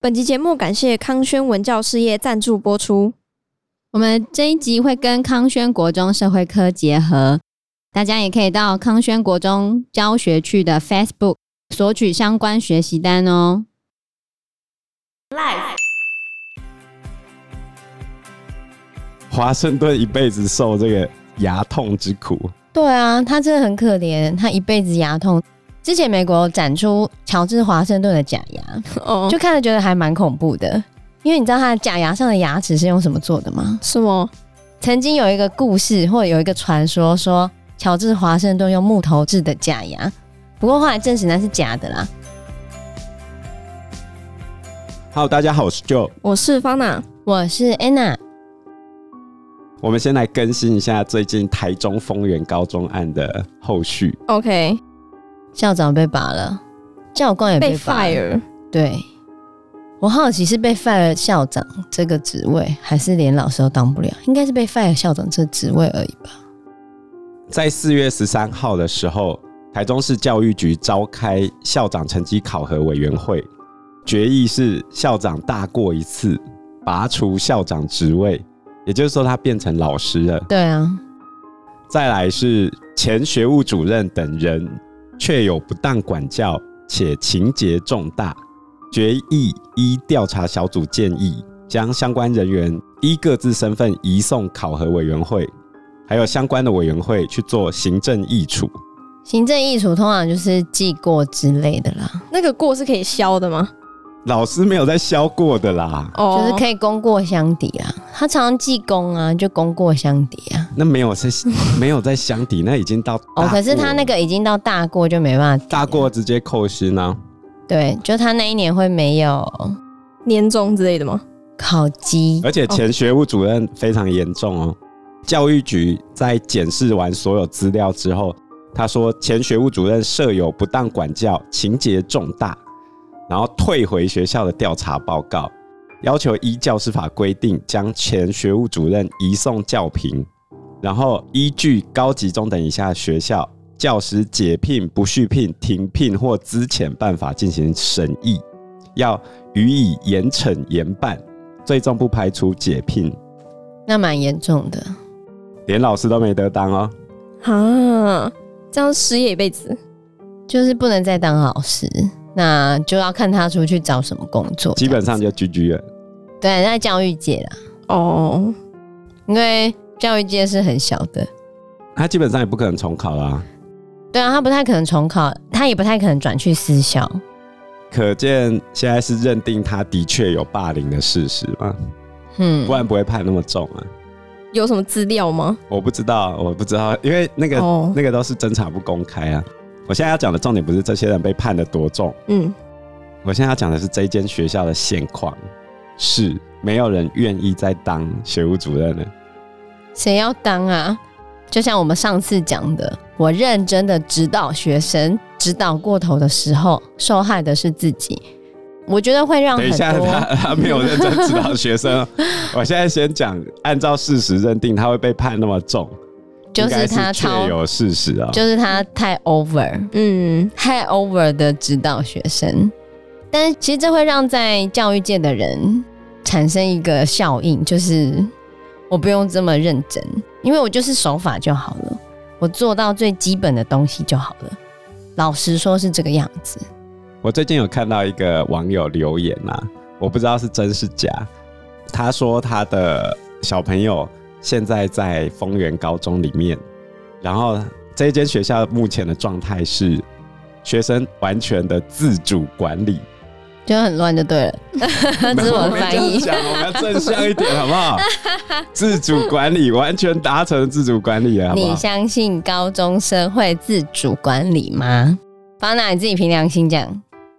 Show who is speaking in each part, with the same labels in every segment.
Speaker 1: 本集节目感谢康轩文教事业赞助播出。
Speaker 2: 我们这一集会跟康轩国中社会科结合，大家也可以到康轩国中教学区的 Facebook 索取相关学习单哦。
Speaker 3: 华盛顿一辈子受这个牙痛之苦，
Speaker 4: 对啊，他真的很可怜，他一辈子牙痛。之前美国展出乔治华盛顿的假牙，
Speaker 1: 哦，就
Speaker 4: 就看了觉得还蛮恐怖的，因为你知道他的假牙上的牙齿是用什么做的吗？
Speaker 1: 什么？
Speaker 4: 曾经有一个故事或者有一个传说说，乔治华盛顿用木头制的假牙，不过后来证实那是假的啦。
Speaker 3: Hello，大家好，我是 Joe。
Speaker 1: 我啊是方娜，
Speaker 4: 我是 Anna，
Speaker 3: 我们先来更新一下最近台中丰原高中案的后续。
Speaker 1: OK，
Speaker 4: 校长被拔了，教官也
Speaker 1: 被
Speaker 4: 被拔了
Speaker 1: fire，
Speaker 4: 对，我好奇是被 fire 校长这个职位，还是连老师都当不了？应该是被 fire 校长这职位而已吧。
Speaker 3: 在四月十三号的时候，台中市教育局召开校长成绩考核委员会，决议是校长大过一次，拔除校长职位，也就是说他变成老师了。
Speaker 4: 对啊，
Speaker 3: 再来是前学务主任等人确有不当管教且情节重大，决议依调查小组建议，将相关人员依各自身份移送考核委员会，还有相关的委员会去做行政议处。
Speaker 4: 行政艺术通常就是记过之类的啦，
Speaker 1: 那个过是可以消的吗？
Speaker 3: 老师没有在消过的啦，
Speaker 1: 哦
Speaker 4: 就是可以功过相抵啦。他常常记功啊，就功过相抵啊。
Speaker 3: 那没有在没有在箱底，那已经到
Speaker 4: 哦
Speaker 3: 大，
Speaker 4: 可是他
Speaker 3: 过
Speaker 4: 那个已经到大过就没办法抵
Speaker 3: 大过直接扣啊薪呢、
Speaker 4: 对，就他那一年会没有
Speaker 1: 年终之类的吗？
Speaker 4: 考绩，
Speaker 3: 而且前学务主任非常严重哦。教育局在检视完所有资料之后，他说前学务主任设有不当管教，情节重大，然后退回学校的调查报告，要求依教师法规定将前学务主任移送教评，然后依据高级中等以下学校教师解聘、不续聘、停聘或资遣办法进行审议，要予以严惩严办。最终不排除解聘，
Speaker 4: 那蛮严重的。
Speaker 3: 连老师都没得当哦。
Speaker 1: 啊，这样失业一辈子。
Speaker 4: 就是不能再当老师，那就要看他出去找什么工作。
Speaker 3: 基本上就 GG 了。
Speaker 4: 对，在教育界啦，
Speaker 1: 哦，
Speaker 4: 因为教育界是很小的。
Speaker 3: 他基本上也不可能重考啦、
Speaker 4: 对啊，他不太可能重考，他也不太可能转去私校。
Speaker 3: 可见现在是认定他的确有霸凌的事实嘛，
Speaker 4: 嗯
Speaker 3: 不，然不会判那么重啊。
Speaker 1: 有什么资料吗？
Speaker 3: 我不知道，我不知道，因为那个、
Speaker 1: 哦，
Speaker 3: 那个都是侦查不公开啊。我现在要讲的重点不是这些人被判的多重，
Speaker 1: 嗯，
Speaker 3: 我现在要讲的是这间学校的现况，是没有人愿意再当学务主任了。
Speaker 4: 谁要当啊？就像我们上次讲的，我认真的指导学生，指导过头的时候，受害的是自己。我觉得会让
Speaker 3: 等一
Speaker 4: 很
Speaker 3: 下，他
Speaker 4: 多
Speaker 3: 他没有认真指导学生 哦。我现在先讲，按照事实认定，他会被判那么重，
Speaker 4: 就
Speaker 3: 应该
Speaker 4: 是
Speaker 3: 是
Speaker 4: 他超
Speaker 3: 确，有事实啊、
Speaker 4: 就是他太 over，
Speaker 1: 嗯，
Speaker 4: 太 over 的指导学生，但其实这会让在教育界的人产生一个效应，就是我不用这么认真，因为我就是守法就好了，我做到最基本的东西就好了。老实说，是这个样子。
Speaker 3: 我最近有看到一个网友留言啊，我不知道是真是假。他说他的小朋友现在在丰原高中里面，然后这间学校目前的状态是学生完全的自主管理。
Speaker 4: 就很乱就对了， 这是我的翻
Speaker 3: 我们
Speaker 4: 译。
Speaker 3: 这样讲，我们要正向一点，好不 好？自主管理完全达成自主管理了，好不
Speaker 4: 你
Speaker 3: 好？
Speaker 4: 相信高中生会自主管理吗？方娜，你自己凭良心讲，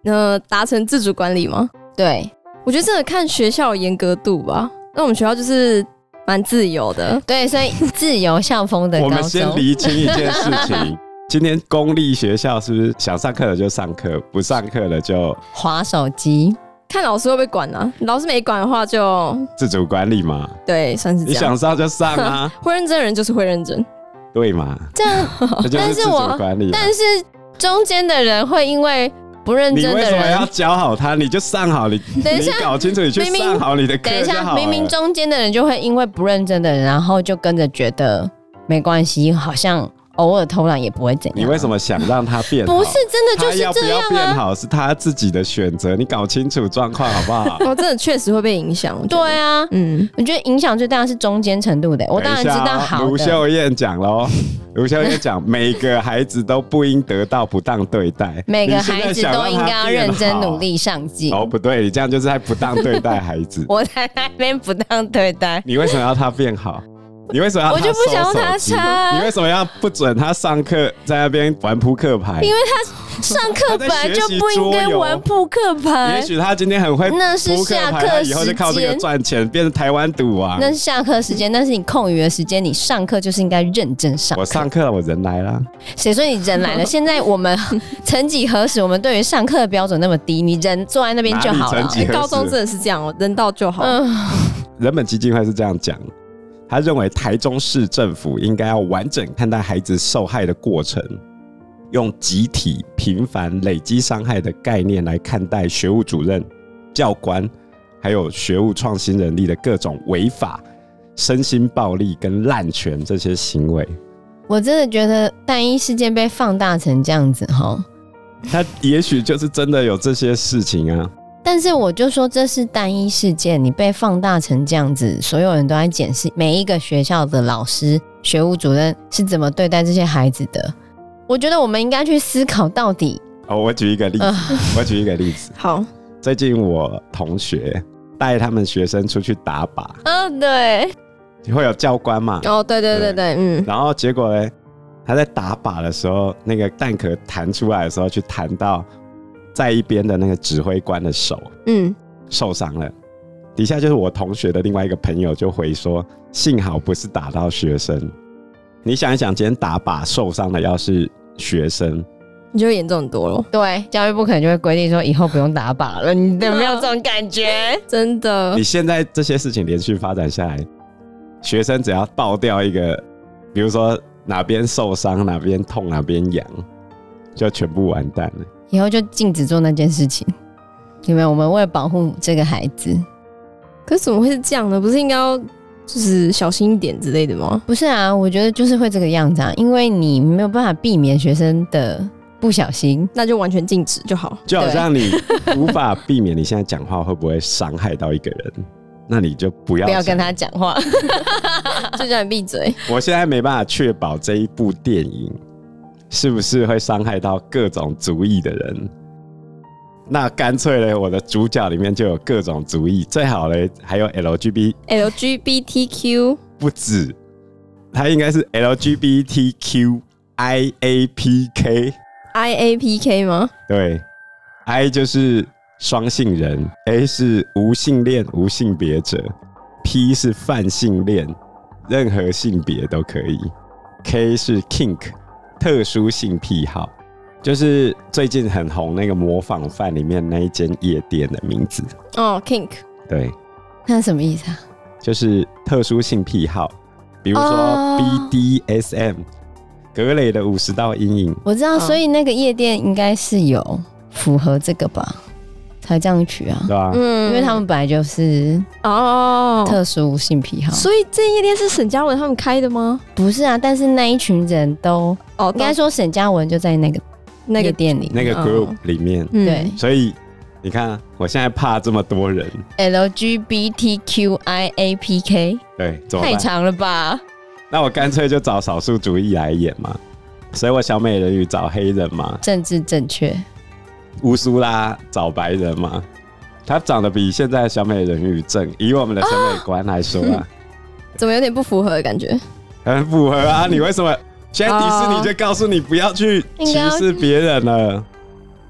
Speaker 1: 那达成自主管理吗？
Speaker 4: 对
Speaker 1: 我觉得这个看学校的严格度吧。那我们学校就是蛮自由的，
Speaker 4: 对，所以自由校风的
Speaker 3: 我
Speaker 4: 高
Speaker 3: 们先
Speaker 4: 中，
Speaker 3: 厘清一件事情：今天公立学校是不是想上课了就上课，不上课了就
Speaker 4: 划手机，
Speaker 1: 看老师会不会管啊。老师没管的话就，
Speaker 3: 自主管理嘛？
Speaker 1: 对，算是这
Speaker 3: 你
Speaker 1: 样。
Speaker 3: 想上就上 啊，
Speaker 1: 会认真的人就是会认真，
Speaker 3: 对嘛？
Speaker 4: 这样
Speaker 3: 这就是
Speaker 4: 但
Speaker 3: 自
Speaker 4: 是我
Speaker 3: 主管理嘛。
Speaker 4: 但是中间的人会因为不认
Speaker 3: 你
Speaker 4: 真
Speaker 3: 为
Speaker 4: 的
Speaker 3: 什么
Speaker 4: 人
Speaker 3: 要，教好他？你就上好你，
Speaker 4: 等一
Speaker 3: 你
Speaker 4: 下
Speaker 3: 搞清楚，你去
Speaker 4: 明明
Speaker 3: 上好你的课
Speaker 4: 等一
Speaker 3: 就好
Speaker 4: 下，
Speaker 3: 了
Speaker 4: 明明中间的人就会因为不认真的人，然后就跟着觉得没关系，好像偶尔偷懒也不会怎样。
Speaker 3: 你为什？么想让他变好？
Speaker 4: 不是真的就
Speaker 3: 他
Speaker 4: 是
Speaker 3: 要不
Speaker 4: 这
Speaker 3: 要
Speaker 4: 样
Speaker 3: 变
Speaker 4: 啊？
Speaker 3: 好是他自己的选择，你搞清楚状况好不好？
Speaker 1: 我哦真的确实会被影响。我觉得
Speaker 4: 对，啊，
Speaker 1: 嗯，
Speaker 4: 我觉得影响最大的是中间程度的。 我当然知
Speaker 3: 等一下
Speaker 4: 道
Speaker 3: 哦
Speaker 4: 好
Speaker 3: 卢
Speaker 4: 的，
Speaker 3: 秀燕讲 喽，卢秀燕讲，每个孩子都不应得到不当对待，
Speaker 4: 每个孩子都应该要认
Speaker 3: 你现在想让他变
Speaker 4: 真
Speaker 3: 好
Speaker 4: 努。力上进。
Speaker 3: 哦，不对，你这样就是在不当对待孩子
Speaker 4: 。我在那边不当对待，
Speaker 3: 你为什么要他变好？你为什么要
Speaker 4: 我就不想要他
Speaker 3: 他收手机
Speaker 4: 差
Speaker 3: 你为什么要不准他上课在那边玩扑克牌？因为
Speaker 4: 上课本来就不
Speaker 3: 他在
Speaker 4: 应
Speaker 3: 学
Speaker 4: 该
Speaker 3: 习桌游
Speaker 4: 玩扑克牌
Speaker 3: 也。许他今天很会
Speaker 4: 呃那是
Speaker 3: 扑克
Speaker 4: 下
Speaker 3: 牌，
Speaker 4: 课
Speaker 3: 他以后就靠这
Speaker 4: 时
Speaker 3: 个
Speaker 4: 间
Speaker 3: 赚钱，变成台湾赌王。
Speaker 4: 那是下课时间，那是你空余的时间，你上课就是应该认真上 课。
Speaker 3: 我上课了，我人来了。
Speaker 4: 谁说你人来了？现在我们 曾几何时，我们对于上课的标准那么低，你人坐在那边就好
Speaker 3: 哪里
Speaker 4: 了
Speaker 3: 曾。
Speaker 4: 哎
Speaker 3: 几何时
Speaker 1: 高中真的是这样哦，人到就好。
Speaker 4: 嗯，
Speaker 3: 人本基金会是这样讲，他认为台中市政府应该要完整看待孩子受害的过程，用集体、频繁、累积伤害的概念来看待学务主任、教官，还有学务创新人力的各种违法、身心暴力跟滥权这些行为。
Speaker 4: 我真的觉得单一事件被放大成这样子哈，
Speaker 3: 他也许就是真的有这些事情啊。
Speaker 4: 但是我就说这是单一事件，你被放大成这样子，所有人都在检视每一个学校的老师、学务主任是怎么对待这些孩子的。我觉得我们应该去思考到底，
Speaker 3: 哦，我举一个例子，
Speaker 4: 呃
Speaker 3: 我举一个例子，
Speaker 1: 好，
Speaker 3: 最近我同学带他们学生出去打靶，
Speaker 4: 嗯，对，
Speaker 3: 会有教官嘛？
Speaker 1: 哦，对对对对，嗯，
Speaker 3: 然后结果呢，他在打靶的时候，那个弹壳弹出来的时候，去弹到在一边的那个指挥官的手
Speaker 1: 嗯，
Speaker 3: 受伤了。底下就是我同学的另外一个朋友就回说：“幸好不是打到学生。”你想一想，今天打靶受伤的要是学生，
Speaker 1: 你就会严重很多了，
Speaker 4: 对，教育部可能就会规定说以后不用打靶 了，你有没有这种感觉？
Speaker 1: 真的
Speaker 4: 哦
Speaker 3: 你。现在这些事情连续发展下来，学生只要爆掉一个，比如说哪边受伤、哪边痛、哪边痒，就全部完蛋了。
Speaker 4: 以后就禁止做那件事情。有没有？我们为了保护这个孩子，
Speaker 1: 可是怎么会是这样呢？不是应该要就是小心一点之类的吗？
Speaker 4: 不是啊？我觉得就是会这个样子啊，因为你没有办法避免学生的不小心。
Speaker 1: 那就完全禁止就 好。
Speaker 3: 就好像 你无法避免你现在讲话会不会伤害到一个人，那你就不要
Speaker 4: 不要
Speaker 3: 讲
Speaker 4: 跟他。讲话，
Speaker 1: 就叫你闭嘴。
Speaker 3: 我现在没办法确保这一部电影是不是会伤害到各种族裔的人。那干脆嘞，我的主角里面就有各种族裔，最好嘞还有 LGBT
Speaker 1: LGBTQ
Speaker 3: 不止，它应该是 LGBTQIAPK。
Speaker 1: IAPK 吗？
Speaker 3: 对，I 就是双性人，A 是无性恋无性别者，P 是泛性恋，任何性别都可以，K 是 kink，特殊性癖好，就是最近很红那个模仿犯里面那一间夜店的名字。
Speaker 1: 哦，kink
Speaker 3: 对，
Speaker 4: 那什么意思啊？
Speaker 3: 就是特殊性癖好，比如说
Speaker 4: 哦
Speaker 3: BDSM，、格雷的五十道阴影。
Speaker 4: 我知道，
Speaker 1: 嗯
Speaker 4: 所以那个夜店应该是有符合这个吧，才这样取啊，
Speaker 3: 对吧、
Speaker 1: 嗯
Speaker 4: 因为他们本来就是
Speaker 1: 哦，
Speaker 4: 特殊性癖好。
Speaker 1: 所以这夜店是沈嘉文他们开的吗？
Speaker 4: 不是啊，但是那一群人都
Speaker 1: 哦，
Speaker 4: 应该说沈嘉文就在那个
Speaker 1: 那
Speaker 4: 夜
Speaker 1: 个
Speaker 4: 店里
Speaker 3: 那个 group 里面，
Speaker 1: 嗯
Speaker 4: 对
Speaker 3: 所以你看，我现在怕这么多人，
Speaker 4: ，LGBTQIAPK，
Speaker 3: 对，怎么
Speaker 4: 太
Speaker 3: 办？
Speaker 4: 长了吧？
Speaker 3: 那我干脆就找少数主义来演嘛。所以我小美人鱼找黑人嘛，
Speaker 4: 政治正确，
Speaker 3: 乌苏拉找白人嘛。她长得比现在的小美人鱼正，以我们的审美观来说
Speaker 4: 哦
Speaker 3: 啊，
Speaker 1: 怎么有点不符合的感觉？
Speaker 3: 很符合啊。你为什么现在迪士尼就告诉你不要去
Speaker 4: 哦应
Speaker 3: 歧
Speaker 4: 该要
Speaker 3: 视别人了？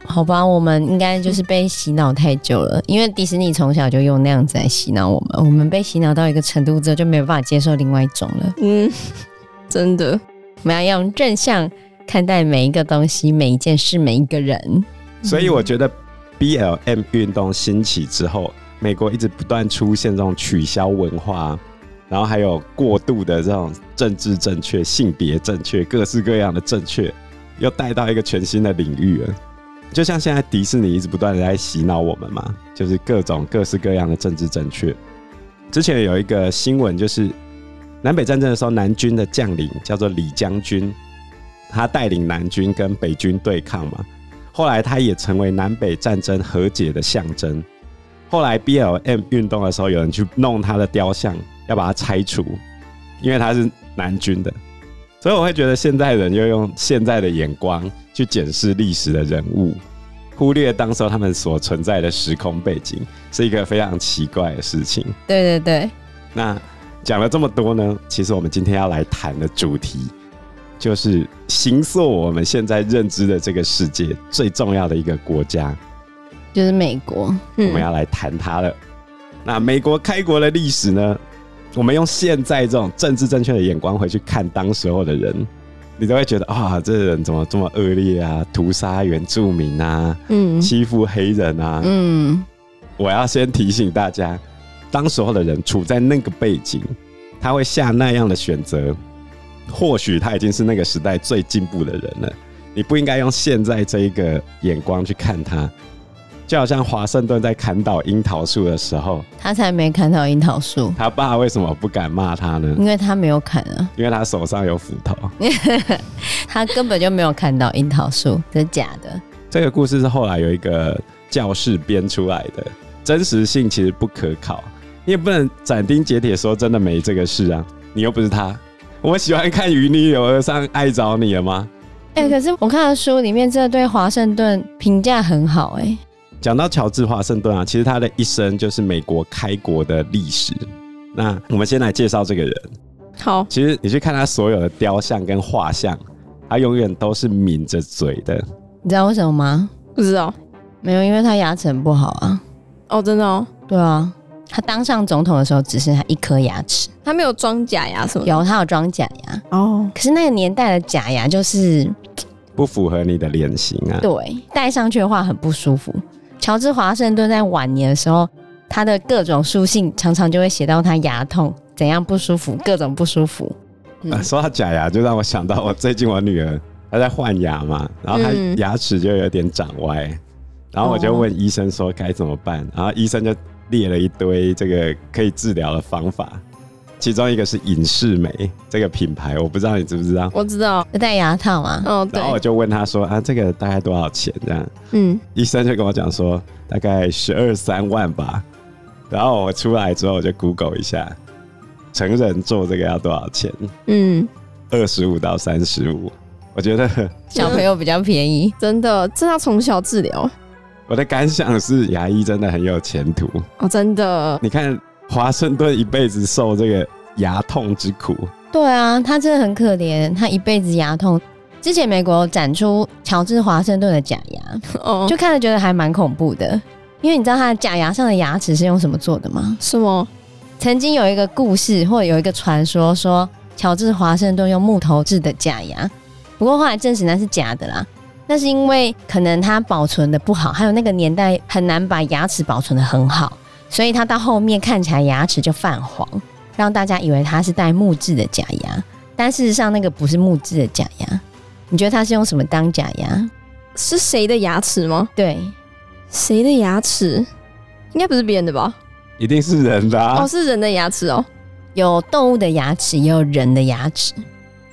Speaker 4: 好吧，我们应该就是被洗脑太久了，因为迪士尼从小就用那样子来洗脑我们，我们被洗脑到一个程度之后，就没有办法接受另外一种了。
Speaker 1: 嗯，真的
Speaker 4: 我们要用正向看待每一个东西、每一件事、每一个人。
Speaker 3: 所以我觉得 BLM 运动兴起之后，美国一直不断出现这种取消文化，然后还有过度的这种政治正确、性别正确、各式各样的正确，又带到一个全新的领域了。就像现在迪士尼一直不断的在洗脑我们嘛，就是各种各式各样的政治正确。之前有一个新闻，就是南北战争的时候，南军的将领叫做李将军，他带领南军跟北军对抗嘛。后来他也成为南北战争和解的象征。后来 BLM 运动的时候，有人去弄他的雕像，要把它拆除，因为他是南军的。所以我会觉得现在人要用现在的眼光去检视历史的人物，忽略当时候他们所存在的时空背景，是一个非常奇怪的事情。
Speaker 4: 对对对，
Speaker 3: 那讲了这么多呢，其实我们今天要来谈的主题，就是形塑我们现在认知的这个世界最重要的一个国家，
Speaker 2: 就是美国，
Speaker 1: 嗯
Speaker 3: 我们要来谈它了。那美国开国的历史呢？我们用现在这种政治正确的眼光回去看当时候的人，你都会觉得啊，这人怎么这么恶劣啊，屠杀原住民啊，
Speaker 1: 嗯
Speaker 3: 欺负黑人啊。
Speaker 2: 嗯，
Speaker 3: 我要先提醒大家，当时候的人处在那个背景，他会下那样的选择，或许他已经是那个时代最进步的人了。你不应该用现在这一个眼光去看他，就好像华盛顿在砍倒樱桃树的时候，
Speaker 4: 他才没砍到樱桃树，
Speaker 3: 他爸为什么不敢骂他呢？
Speaker 4: 因为他没有砍啊，
Speaker 3: 因为他手上有斧头。
Speaker 4: 他根本就没有砍到樱桃树，这是假的。
Speaker 3: 这个故事是后来有一个教士编出来的，真实性其实不可考，你也不能斩钉截铁说真的没这个事啊，你又不是他。我们喜欢看《与你有而上》，爱找你了吗？
Speaker 4: 哎、可是我看的书里面，真的对华盛顿评价很好、哎，
Speaker 3: 讲到乔治华盛顿啊，其实他的一生就是美国开国的历史。那我们先来介绍这个人，
Speaker 1: 好，
Speaker 3: 其实你去看他所有的雕像跟画像，他永远都是抿着嘴的，
Speaker 4: 你知道为什么吗？
Speaker 1: 不知道
Speaker 4: 没有，因为他牙齿很不好啊。
Speaker 1: 哦，真的哦，
Speaker 4: 对啊，他当上总统的时候只剩下一颗牙齿，
Speaker 1: 他没有装假牙什么的
Speaker 4: 有他有装假牙，
Speaker 1: 哦，
Speaker 4: 可是那个年代的假牙就是
Speaker 3: 不符合你的脸型啊。
Speaker 4: 对戴上去的话很不舒服。乔治华盛顿在晚年的时候，他的各种书信常常就会写到他牙痛怎样不舒服，各种不舒服。
Speaker 1: 嗯
Speaker 3: 呃，说到假牙，就让我想到我最近我女儿她在换牙嘛，然后她
Speaker 1: 嗯哦
Speaker 3: 牙齿就有点长歪，然后我就问医生说该怎么办，然后医生就列了一堆这个可以治疗的方法，其中一个是隐适美这个品牌，我不知道你知不知道。
Speaker 1: 我知道，
Speaker 4: 就戴牙套嘛，
Speaker 1: 哦，对
Speaker 3: 然，后我就问他说啊，这个大概多少钱？这样
Speaker 1: 嗯，
Speaker 3: 医生就跟我讲说大概十二三万吧。然后我出来之后我就 Google 一下，成人做这个要多少钱？
Speaker 1: 嗯，
Speaker 3: 二十五到三十五。我觉得
Speaker 4: 小朋友比较便宜。
Speaker 1: 真的，这要从小治疗
Speaker 3: 我的感想是，牙医真的很有前途。
Speaker 1: 哦，真 的，
Speaker 3: 你看华盛顿一辈子受这个牙痛之苦，
Speaker 4: 对啊，他真的很可怜，他一辈子牙痛。之前美国有展出乔治华盛顿的假牙，
Speaker 1: 哦，
Speaker 4: 就看了觉得还蛮恐怖的。因为你知道他的假牙上的牙齿是用什么做的吗？
Speaker 1: 什么？
Speaker 4: 曾经有一个故事，或者有一个传说说，乔治华盛顿用木头制的假牙，不过后来证实那是假的啦。那是因为可能他保存的不好，还有那个年代很难把牙齿保存的很好，所以他到后面看起来牙齿就泛黄，让大家以为他是戴木质的假牙，但事实上那个不是木质的假牙。你觉得他是用什么当假牙？
Speaker 1: 是谁的牙齿吗？
Speaker 4: 对，
Speaker 1: 谁的牙齿？应该不是别人的吧？
Speaker 3: 一定是人的、啊
Speaker 1: 哦，。是人的牙齿哦，
Speaker 4: 有动物的牙齿，也有人的牙齿。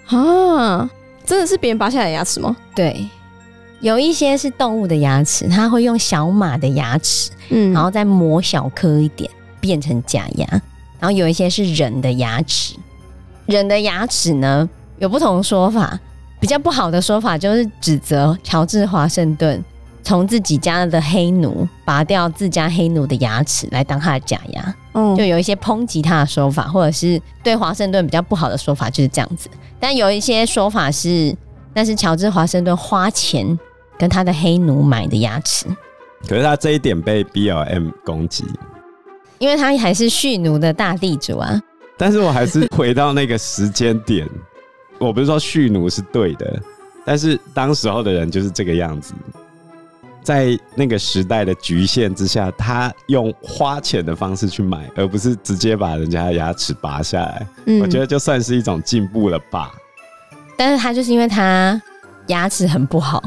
Speaker 1: 啊，真的是别人拔下来的牙齿吗？
Speaker 4: 对，有一些是动物的牙齿，它会用小马的牙齿，
Speaker 1: 嗯
Speaker 4: 然后再磨小颗一点，变成假牙。然后有一些是人的牙齿，人的牙齿呢有不同说法，比较不好的说法就是指责乔治华盛顿从自己家的黑奴拔掉自家黑奴的牙齿来当他的假牙。
Speaker 1: 哦
Speaker 4: 就有一些抨击他的说法，或者是对华盛顿比较不好的说法就是这样子。但有一些说法是，那是乔治华盛顿花钱跟他的黑奴买的牙齿，
Speaker 3: 可是他这一点被 BLM 攻击。
Speaker 4: 因为他还是蓄奴的大地主啊。
Speaker 3: 但是我还是回到那个时间点，我不是说蓄奴是对的，但是当时候的人就是这个样子，在那个时代的局限之下，他用花钱的方式去买，而不是直接把人家的牙齿拔下来。
Speaker 1: 嗯
Speaker 3: 我觉得就算是一种进步了吧。
Speaker 4: 但是他就是因为他牙齿很不好，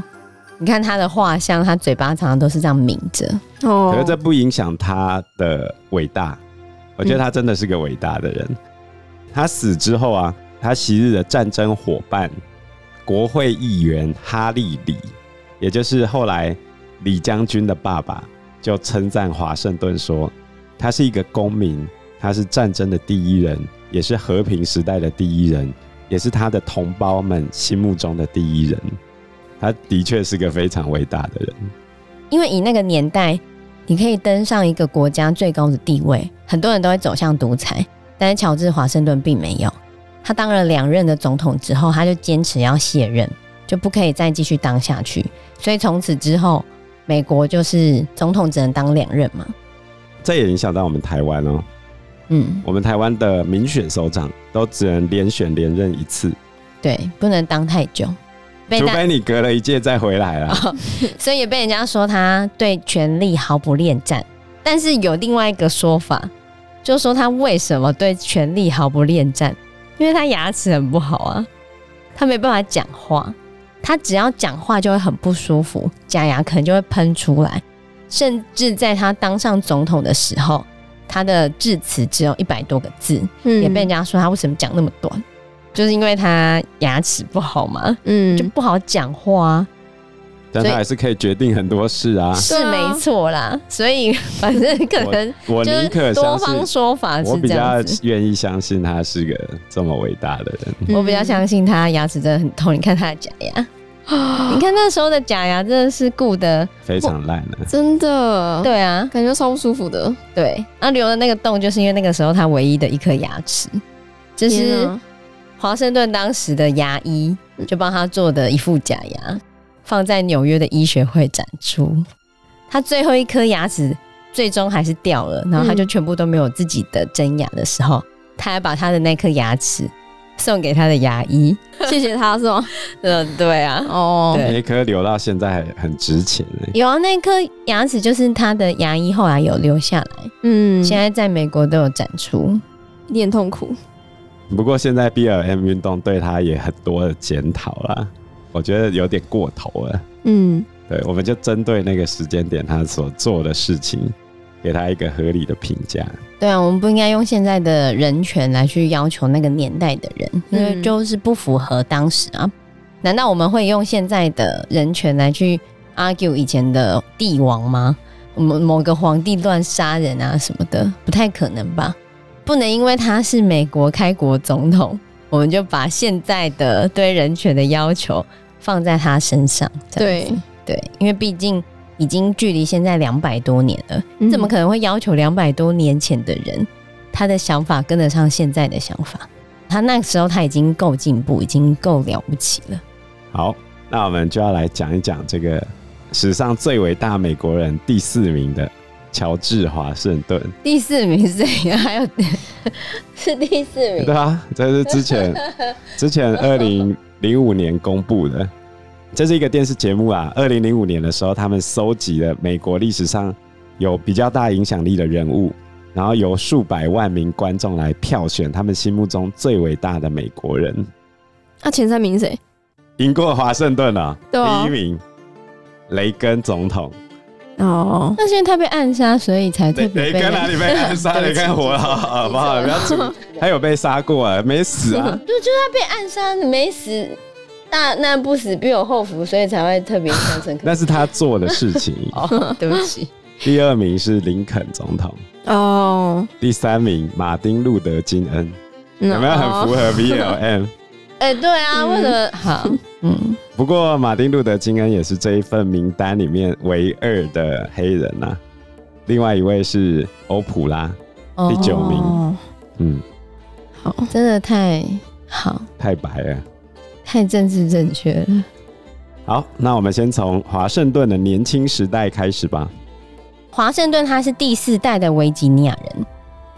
Speaker 4: 你看他的画像，他嘴巴常常都是这样抿着。
Speaker 1: 哦
Speaker 3: 可是这不影响他的伟大。我觉得他真的是个伟大的人。
Speaker 1: 嗯
Speaker 3: 他死之后啊，他昔日的战争伙伴、国会议员哈利里，也就是后来李将军的爸爸，就称赞华盛顿说：“他是一个公民，他是战争的第一人，也是和平时代的第一人，也是他的同胞们心目中的第一人。”他的确是个非常伟大的人。
Speaker 4: 因为以那个年代，你可以登上一个国家最高的地位，很多人都会走向独裁，但是乔治华盛顿并没有。他当了两任的总统之后，他就坚持要卸任，就不可以再继续当下去。所以从此之后，美国就是总统只能当两任嘛。
Speaker 3: 这也影响到我们台湾哦。
Speaker 4: 嗯，
Speaker 3: 我们台湾的民选首长都只能连选连任一次，
Speaker 4: 对，不能当太久，被
Speaker 3: 除
Speaker 4: 大，
Speaker 3: 非你隔了一届再回来啊啦。
Speaker 4: 哦所以也被人家说他对权力毫不恋战。但是有另外一个说法，就说他为什么对权力毫不恋战？因为他牙齿很不好啊，他没办法讲话，他只要讲话就会很不舒服，假牙可能就会喷出来。甚至在他当上总统的时候，他的致辞只有一百多个字，
Speaker 1: 嗯
Speaker 4: 也被人家说他为什么讲那么短，就是因为他牙齿不好嘛。
Speaker 1: 嗯
Speaker 4: 就
Speaker 1: 嗯
Speaker 4: 不好讲话、啊，
Speaker 3: 但
Speaker 4: 所以
Speaker 3: 他还是可以决定很多事啊。
Speaker 4: 是
Speaker 1: 对啊
Speaker 4: 没错啦。所以反正可能
Speaker 3: 我
Speaker 4: 就
Speaker 3: 宁可
Speaker 4: 是多
Speaker 3: 相
Speaker 4: 方
Speaker 3: 信，
Speaker 4: 说法
Speaker 3: 我
Speaker 4: 是
Speaker 3: 比
Speaker 4: 这
Speaker 3: 较
Speaker 4: 样子。
Speaker 3: 愿意相信他是个这么伟大的人。
Speaker 4: 我比较相信他牙齿真的很痛，你看他的假牙，
Speaker 3: 嗯
Speaker 4: 你看那时候的假牙真的是固的，
Speaker 3: 非常烂啊的、
Speaker 1: 真
Speaker 3: 哦
Speaker 1: 的，，
Speaker 4: 对啊，
Speaker 1: 感觉超不舒服的。
Speaker 4: 对。那留的那个洞，就是因为那个时候他唯一的一颗牙齿，这
Speaker 1: 天
Speaker 4: 是
Speaker 1: 啊
Speaker 4: 华盛顿当时的牙医就帮他做的一副假牙，放在纽约的医学会展出。他最后一颗牙齿最终还是掉了，然后他就全部都没有自己的真牙的时候，他还把他的那颗牙齿送给他的牙医。
Speaker 1: 谢谢他是吗？
Speaker 4: 嗯，对啊，
Speaker 1: 哦，
Speaker 4: 对
Speaker 3: 那一颗留到现在还很值钱、欸。
Speaker 4: 有啊，那颗牙齿就是他的牙医后来有留下来，
Speaker 1: 嗯，
Speaker 4: 现在在美国都有展出。
Speaker 1: 有点痛苦。
Speaker 3: 不过现在 BLM 运动对他也很多的检讨啦，我觉得有点过头了。
Speaker 1: 嗯，
Speaker 3: 对，我们就针对那个时间点他所做的事情，给他一个合理的评价。
Speaker 4: 对啊，我们不应该用现在的人权来去要求那个年代的人，因为
Speaker 1: 嗯
Speaker 4: 就是不符合当时啊。难道我们会用现在的人权来去 argue 以前的帝王吗？某某个皇帝乱杀人啊什么的，不太可能吧？不能因为他是美国开国总统，我们就把现在的对人权的要求放在他身上。这
Speaker 1: 对
Speaker 4: 样子，对，因为毕竟已经距离现在两百多年了。
Speaker 1: 嗯
Speaker 4: 你怎么可能会要求两百多年前的人，他的想法跟得上现在的想法？他那时候他已经够进步，已经够了不起了。
Speaker 3: 好，那我们就要来讲一讲这个史上最伟大美国人第四名的乔治华盛顿，
Speaker 4: 第四名是谁？啊还有 是第四名
Speaker 3: 对啊，这是之 前之前二零零五年公布的，这是一个电视节目啊。二零零五年的时候，他们搜集了美国历史上有比较大影响力的人物，然后由数百万名观众来票选他们心目中最伟大的美国人，
Speaker 1: 啊？前三名是谁？
Speaker 3: 赢过华盛顿了，
Speaker 1: 对啊
Speaker 3: 第一名雷根总统。
Speaker 1: 哦，
Speaker 4: 那是因为他被暗杀，所以才特
Speaker 3: 雷
Speaker 4: 别
Speaker 3: 雷
Speaker 4: 被
Speaker 3: 根哎哪里被 暗杀？
Speaker 4: 对
Speaker 3: 雷
Speaker 4: 不起
Speaker 3: 根活了，好不好？不要紧， 他有被杀过啊，没死啊。
Speaker 4: 被暗杀没死，大难不死必有后福，所以才会特别印象深
Speaker 3: 那是他做的事情。
Speaker 4: 哦，对不起，
Speaker 3: 第二名是林肯总统，
Speaker 1: 哦，
Speaker 3: 第三名马丁路德金 恩，
Speaker 1: 嗯
Speaker 3: 有没有很符
Speaker 1: 哦
Speaker 3: 合 BLM？
Speaker 4: 哎、对啊，
Speaker 1: 嗯
Speaker 4: 为什么好？嗯，
Speaker 3: 不过马丁路德金恩也是这一份名单里面唯二的黑人啊。另外一位是欧普拉，
Speaker 4: 哦
Speaker 3: 第九名
Speaker 1: 哦
Speaker 3: 嗯，
Speaker 1: 好，
Speaker 4: 真的太好，
Speaker 3: 太白了。
Speaker 4: 太政治正确了。
Speaker 3: 好，那我们先从华盛顿的年轻时代开始吧。
Speaker 4: 华盛顿他是第四代的维吉尼亚人，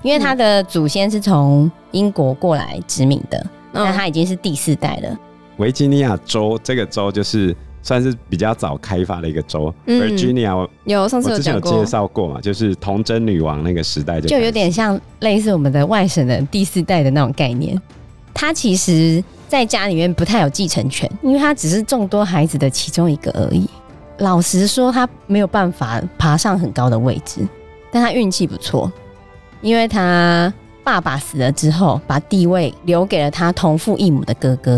Speaker 4: 因为他的祖先是从英国过来殖民的，
Speaker 1: 嗯
Speaker 4: 那、他已经是第四代了。
Speaker 3: 维吉尼亚州这个州就是算是比较早开发的一个州。
Speaker 1: 嗯
Speaker 3: Virginia 我
Speaker 1: 有上次
Speaker 3: 我之前
Speaker 1: 讲
Speaker 3: 有
Speaker 1: 过
Speaker 3: 介，绍过嘛，就是童贞女王那个时代就
Speaker 4: 就
Speaker 3: 开
Speaker 4: 有
Speaker 3: 始
Speaker 4: 点像类似我们的外省人第四代的那种概念。他其实在家里面不太有继承权，因为他只是众多孩子的其中一个而已。老实说，他没有办法爬上很高的位置，但他运气不错，因为他爸爸死了之后，把地位留给了他同父异母的哥哥，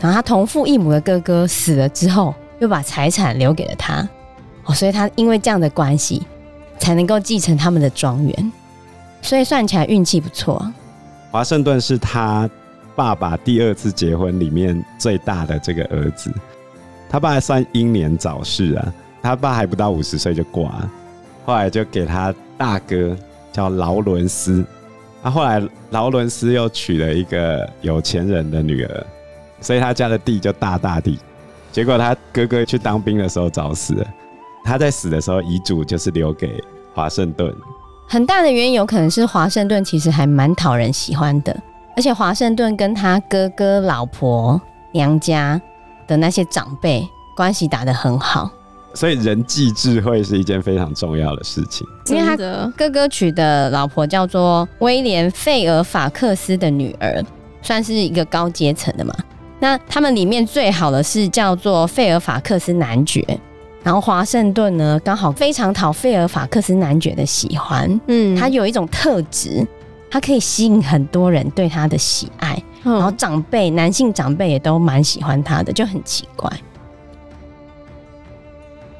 Speaker 4: 然后他同父异母的哥哥死了之后，又把财产留给了他，哦，所以他因为这样的关系，才能够继承他们的庄园，所以算起来运气不错啊。
Speaker 3: 华盛顿是他爸爸第二次结婚里面最大的这个儿子，他爸算英年早逝啊，他爸还不到五十岁就挂了，后来就给他大哥叫劳伦斯，他、后来劳伦斯又娶了一个有钱人的女儿，所以他家的地就大大地，结果他哥哥去当兵的时候早死了，他在死的时候遗嘱就是留给华盛顿，
Speaker 4: 很大的原因有可能是华盛顿其实还蛮讨人喜欢的，而且华盛顿跟他哥哥、老婆、娘家的那些长辈关系打得很好。
Speaker 3: 所以人际智慧是一件非常重要的事情。
Speaker 4: 因为他
Speaker 1: 真的
Speaker 4: 哥哥娶的老婆叫做威廉·费尔法克斯的女儿，算是一个高阶层的嘛。那他们里面最好的是叫做费尔法克斯男爵，然后华盛顿呢刚好非常讨费尔法克斯男爵的喜欢，
Speaker 1: 嗯
Speaker 4: 他有一种特质，他可以吸引很多人对他的喜爱，然后
Speaker 1: 嗯
Speaker 4: 长辈、男性长辈也都蛮喜欢他的，就很奇怪。